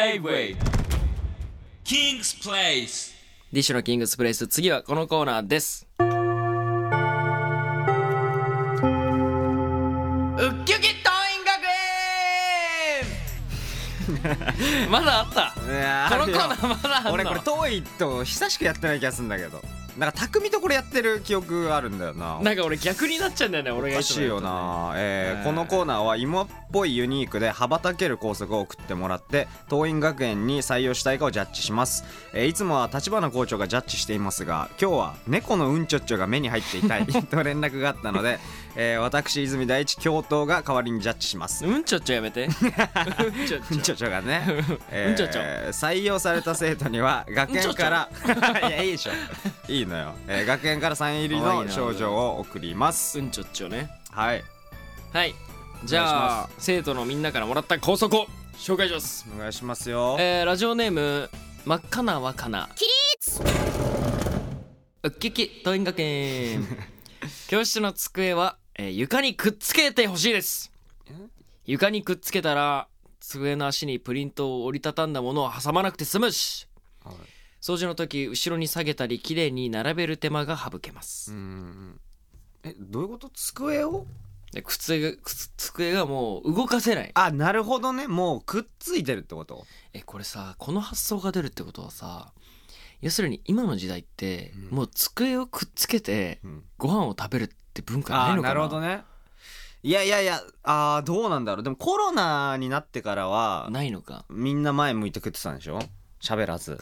J-Way King's Place ディッシュのキングスプレイス次はこのコーナーですウッキュキ桐蔭まだあったいやこのコーナーまだあんの俺これ遠いと久しくやってない気がするんだけどなんか匠とこれやってる記憶あるんだよななんか俺逆になっちゃうんだよね俺おがかつもしいよな、えーえーこのコーナーは芋っぽいユニークで羽ばたける校則を送ってもらって桐蔭学園に採用したいかをジャッジします、えーいつもは立花校長がジャッジしていますが今日は猫のうんちょっちょが目に入っていたいと連絡があったので、えー私泉大一教頭が代わりにジャッジしますうんちょっちょやめ てうんちょっうんちょちょがね、えーうんちょちょ採用された生徒には学園から いやいい でしょいいのよ、えー学園からサイン入り可愛いのな賞状を送りますうんちょっちょねはいはいじお願ゃいあ生徒のみんなからもらった校則を紹介しますお願いしますよえー、ラジオネーム真っ赤な若菜起立ウッキキ桐蔭学園 教室の机は、えー床にくっつけてほしいです床にくっつけたら机の足にプリントを折りたたんだものを挟まなくて済むし、はい掃除の時後ろに下げたり綺麗に並べる手間が省けます、うんえどういうこと机をで靴が靴机がもう動かせないあなるほどねもうくっついてるってことえこれさこの発想が出るってことはさ要するに今の時代って、うんもう机をくっつけてうんご飯を食べるって文化なあいーのかななるほどねいやいやいやあーどうなんだろうでもコロナになってからはないのかみんな前向いて食ってたんでしょ喋らず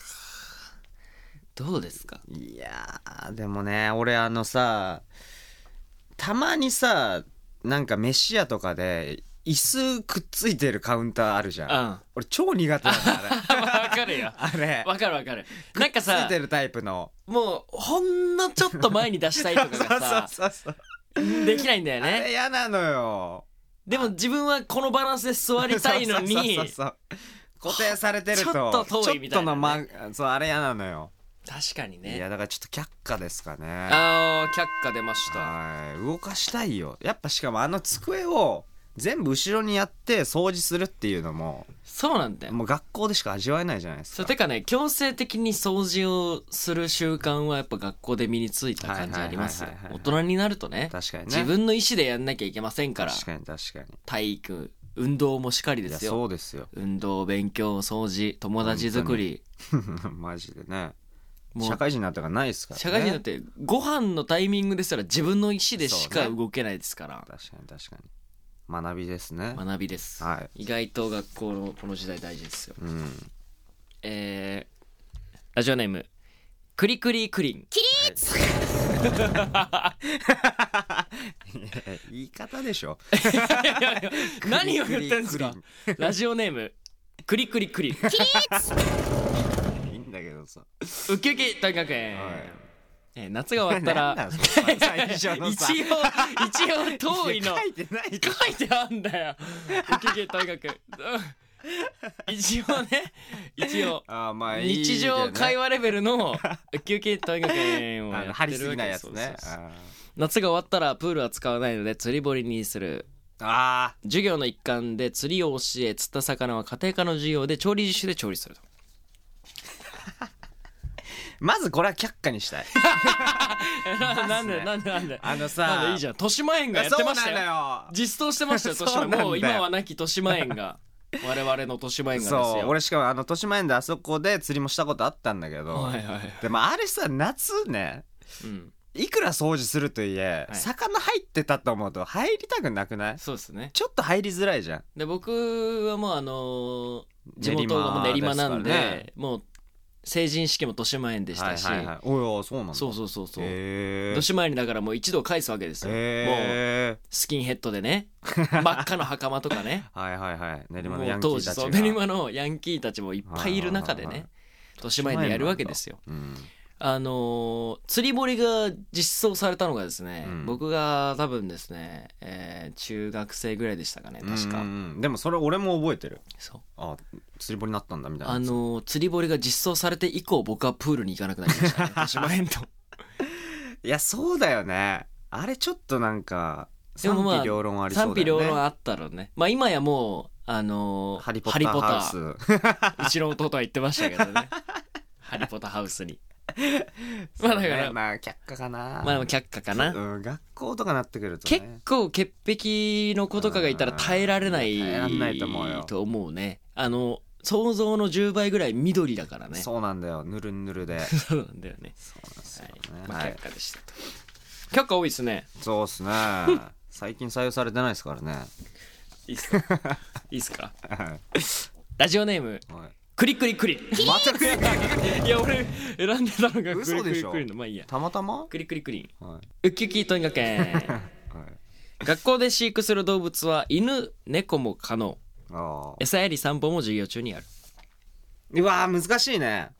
どうですかいやーでもね俺あのさたまにさなんか飯屋とかで椅子くっついてるカウンターあるじうゃんん、わ俺超苦手なんだ かるよあれあれ わかるわかるなんかついさてるタイプのもうほんのちょっと前に出したいとかがさそうそう そうできないんだよあねれ嫌なのよでも自分はこのバランスで座りたいのにそうそうそうそう固定されてるとちょっと遠いみたいなねちょっとのまそうあれ嫌なのよ、確かにいねやだからちょっと却下ですかねあー却下出ましたはい動かしたいよやっぱしかもあの机を全部後ろにやって掃除するっていうのもそうなんだよもう学校でしか味わえないじゃないですそかうてかね強制的に掃除をする習慣はやっぱ学校で身についた感じありますはいはいはいはい大はい人になるとね確かにね自分の意思でやんなきゃいけませんから確かに確かに体育運動もしかりでいやすよそうですよ運動勉強掃除友達作りマジでねもう社会人になったからないですからね社会人だってご飯のタイミングですら自分の意思でしかそうね動けないですから、確かに確かに学びですね、学びです、は意外と学校のこの時代大事ですようんえー、ラジオネームクリクリクリン言い方でしょいやいやいや 何を言ってんすかクリラジオネームクリクリクリンいいんだけどさウキウキ大学園、はいえー夏が終わった何ならんその最初のさ一応一応遠いの書いてないで書いてあんだよウキウキ大学園うん一応ね一応あーまあいい日常会話話レベルの休憩大学園をやっ張てりるすぎわけないでやすつねそうそうそう夏が終わったらプールは使わないので釣り堀にするあ授業の一環で釣りを教え釣った魚は家庭科の授業で調理実習で調理 するとーまずこれは却下にしたいなんでなんでなんであのさなんでいいじゃん豊島園がやってましたそうなよのよ実装してましたよ豊島 そうなんだ園よもう今はなき豊島園が我々の豊島園がですよそう俺しかもあの豊島園であそこで釣りもしたことあったんだけど、はいはい、でもあれさ夏ねうん、いくら掃除するといえ、はい魚入ってたと思うと入りたくなくないそうですねちょっと入りづらいじゃんで僕はもうあのー地元がもう練練馬馬なんでですからねもう成人式も豊島園でしたし、はいはいはい、おいおいそうなんだそうそうそうそう、へえ豊島園にだからもう一度返すわけですよ、もうへえスキンヘッドで ね真っ赤の袴とかねはいはいはい練馬ものヤうンキ当ー時たちそうが練馬のヤンキーたちもいっぱいいる中ではいはいはねい豊島園でやるわけですようんあのー釣り堀が実装されたのがですね、うん僕が多分ですね、えー中学生ぐらいでしたかね確か、うんうんうんでもそれ俺も覚えてるそうあ釣り堀になったんだみたいなあのー釣り堀が実装されて以降僕はプールに行かなくなりま したね豊島園といやそうだよねあれちょっとなんかでも賛まあ否両論ありそうだ賛否よね両論あったらねまあ今やもうあのーハリポッターハウス。 うちの弟は言ってましたけどねハリポタハウスにまあだから、ねまあ、却下かな。まあでも却下かな、うん、学校とかなってくると、ね。結構潔癖の子とかがいたら耐えられないうん耐えらんないと思うよと思うねあの想像の10倍ぐらい緑だからねそそうなんだよ。ぬるん ぬるで。うなんだよねそうなんですよはいね。まあ、はい却。下でしたと、却下多いですねそうっすね。最近採用されてないですからね。 いいっすかいいっすか はいラジオネームはいクリクリク リまた食えないいや俺選んでたのがクリ嘘クでリしょクリのまあいいやたまたまクリクリクリはウッキウキとにかくん い。はい。学校で飼育する動物は犬猫も可能ああ。餌やり散歩も授業中にある、うわー、難しいね。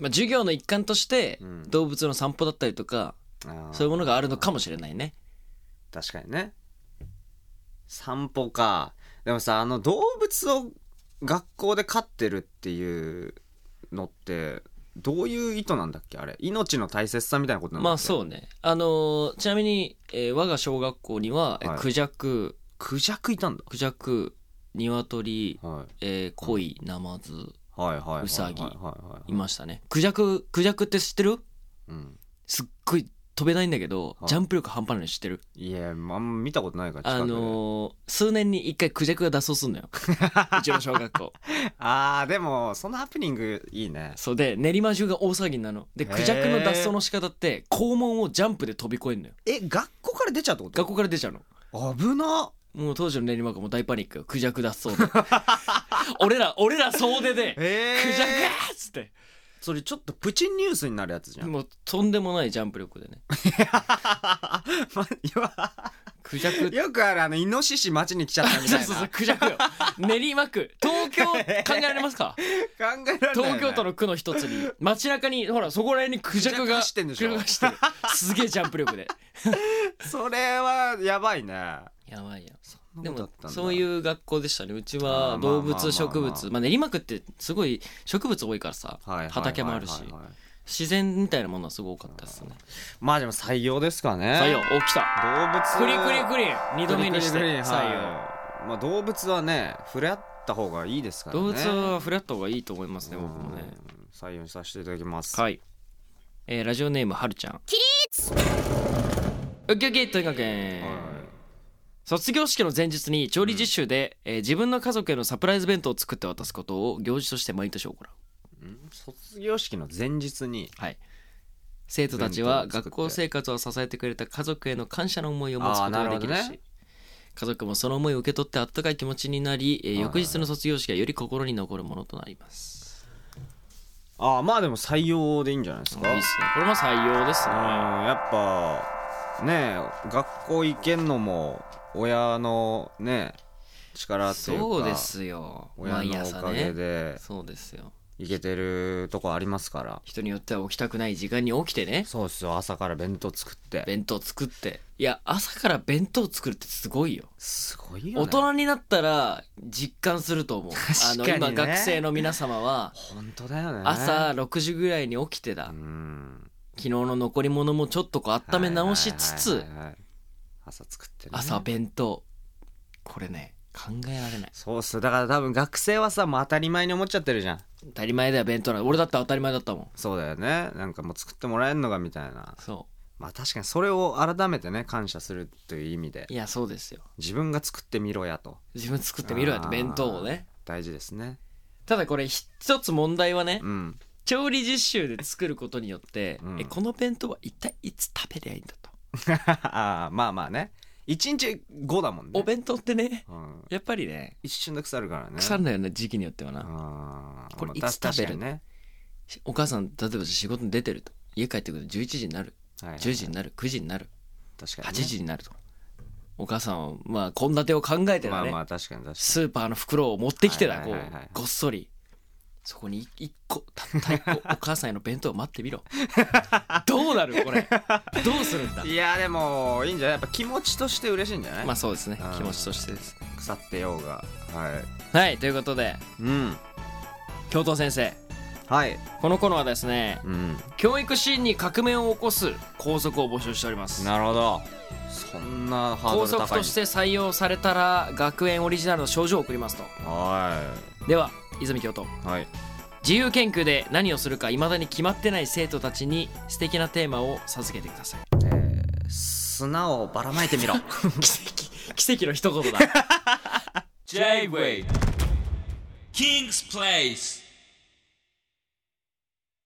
まあ、授業の一環としてうん動物の散歩だったりとか、ああそういうものがあるのかもしれないね確かにね散歩かでもさあの動物を学校で飼ってるっていうのってどういう意図なんだっけあれ命の大切さみたいなことなんだっけまあそうねあのーちなみに、えー我が小学校には、えーはいクジャククジャクいたんだ、クジャクニワトリ、はえーコイナマズい、はいはいはいはいはいはいウサギはいいましたねクジャククジャクって知ってるうんすっごい飛べないんだけど、はいジャンプ力半端ないの知ってるいやまあ見たことないからあ近くでのー数年に一回クジャクが脱走すん のようちの小学校あーでもそのハプニングいいねそうで練馬中が大騒ぎなのでへークジャクの脱走の仕方って校門をジャンプで飛び越えんのよえ学校から出ちゃうってこと学校から出ちゃうの危なもう当時の練馬区も大パニックよクジャク脱 走で俺ら俺ら総出で、えクジャクえっつってそれちょっとプチニュースになるやつじゃん、もうとんでもないジャンプ力でね まいやクジャクよくあるあのイノシシ町に来ちゃったみた いそうそなうそうクジャクよ練馬区東京考えられます か考えられないよね東京都の区の一つに街中にほらそこら辺にクジャクがクジャク走ってんでしょクジャク走ってるすげえジャンプ力でそれはやばいねやばいやんで そんなことだもったんだそういう学校でしたねうちあはー動まあまあまあま物あ植物まあ練馬区ってすごい植物多いからさはいはいはいはい畑もあるし自然みたいなものはすごい多かったっすねまあでも採用ですかね採用お来た動物クリクリクリ二度目にしてクリクリクリ採用はいまあ動物はね触れ合った方がいいですからね動物は触れ合った方がいいと思いますねうん僕もね採用にさせていただきますはいえーラジオネームはるちゃん起立ウキウキとにかく卒業式の前日に調理実習で、えー自分の家族へのサプライズ弁当を作って渡すことを行事として毎年行う卒業式の前日にはい、生徒たち弁は当を作って学校生活を支えてくれた家族への感謝の思いを持つことができるあーなしるほどね家族もその思いを受け取って温かい気持ちになり、えーはい翌日の卒業式はより心に残るものとなります。ああまあでも採用でいいんじゃないですかいいですね。これも採用ですうね。んやっぱねえ学校行けんのも親のね力っていうかそうですよ。親毎のお朝かげね。でそうですよ。行けてるとこありますから人によっては起きたくない時間に起きてね、そうっすよ朝から弁当作って弁当作って。いや、朝から弁当作るってすごいよ。すごいよね大人になったら実感すると思う。あの、確かにね今学生の皆様は、本当だよね朝6時ぐらいに起きてだう。ん昨日の残り物もちょっとこう温め直しつはいつはいはいはい朝作ってね朝弁当これね考えられないそうっすだから多分学生はさもう当たり前に思っちゃってるじゃん当たり前だよ弁当なんて俺だったら当たり前だったもんそうだよねなんかもう作ってもらえんのがみたいなそまあ確かにそれを改めてね感謝するという意味でういやそうですよ自分が作ってみろやと自分作ってみろよって弁当をね大事ですねただこれ一つ問題はねうん 調理実習で作ることによって、うんえこの弁当は一体いつ食べりゃいいんだと、あーまあまあね一日5だもんねお弁当ってねうん、やっぱりね一瞬で腐るからね腐るんだよね時期によってはな、あーこれまあいつ食べる確かにね、お母さん例えば仕事に出てると家帰ってくると11時になるはいはい10時になる9時になる確かに、 8ね、時になるとお母さんはまあ献立を考えてだまあね、まあ確かに確かスーパーの袋を持ってきてだはいこはういはいはいごっそりそこに1個たった1個 お母さんへの弁当を待ってみろどうなるこれどうするんだにいやでもいいんじゃないやっぱ気持ちとして嬉しいんじゃない、まあそうですねうん気持ちとしてですね腐ってようがはいはいということでうん教頭先生はいこのコーナーはですねうん教育シーンに革命を起こす校則を募集しておりますなるほどそんなハード校ル高い則として採用されたら学園オリジナルの賞状を送りますとはでは泉教頭いはい自由研究で何をするか未だに決まってない生徒たちに素敵なテーマを授けてください砂をばらまいてみろ奇跡奇跡の一言だ J-Way King's Place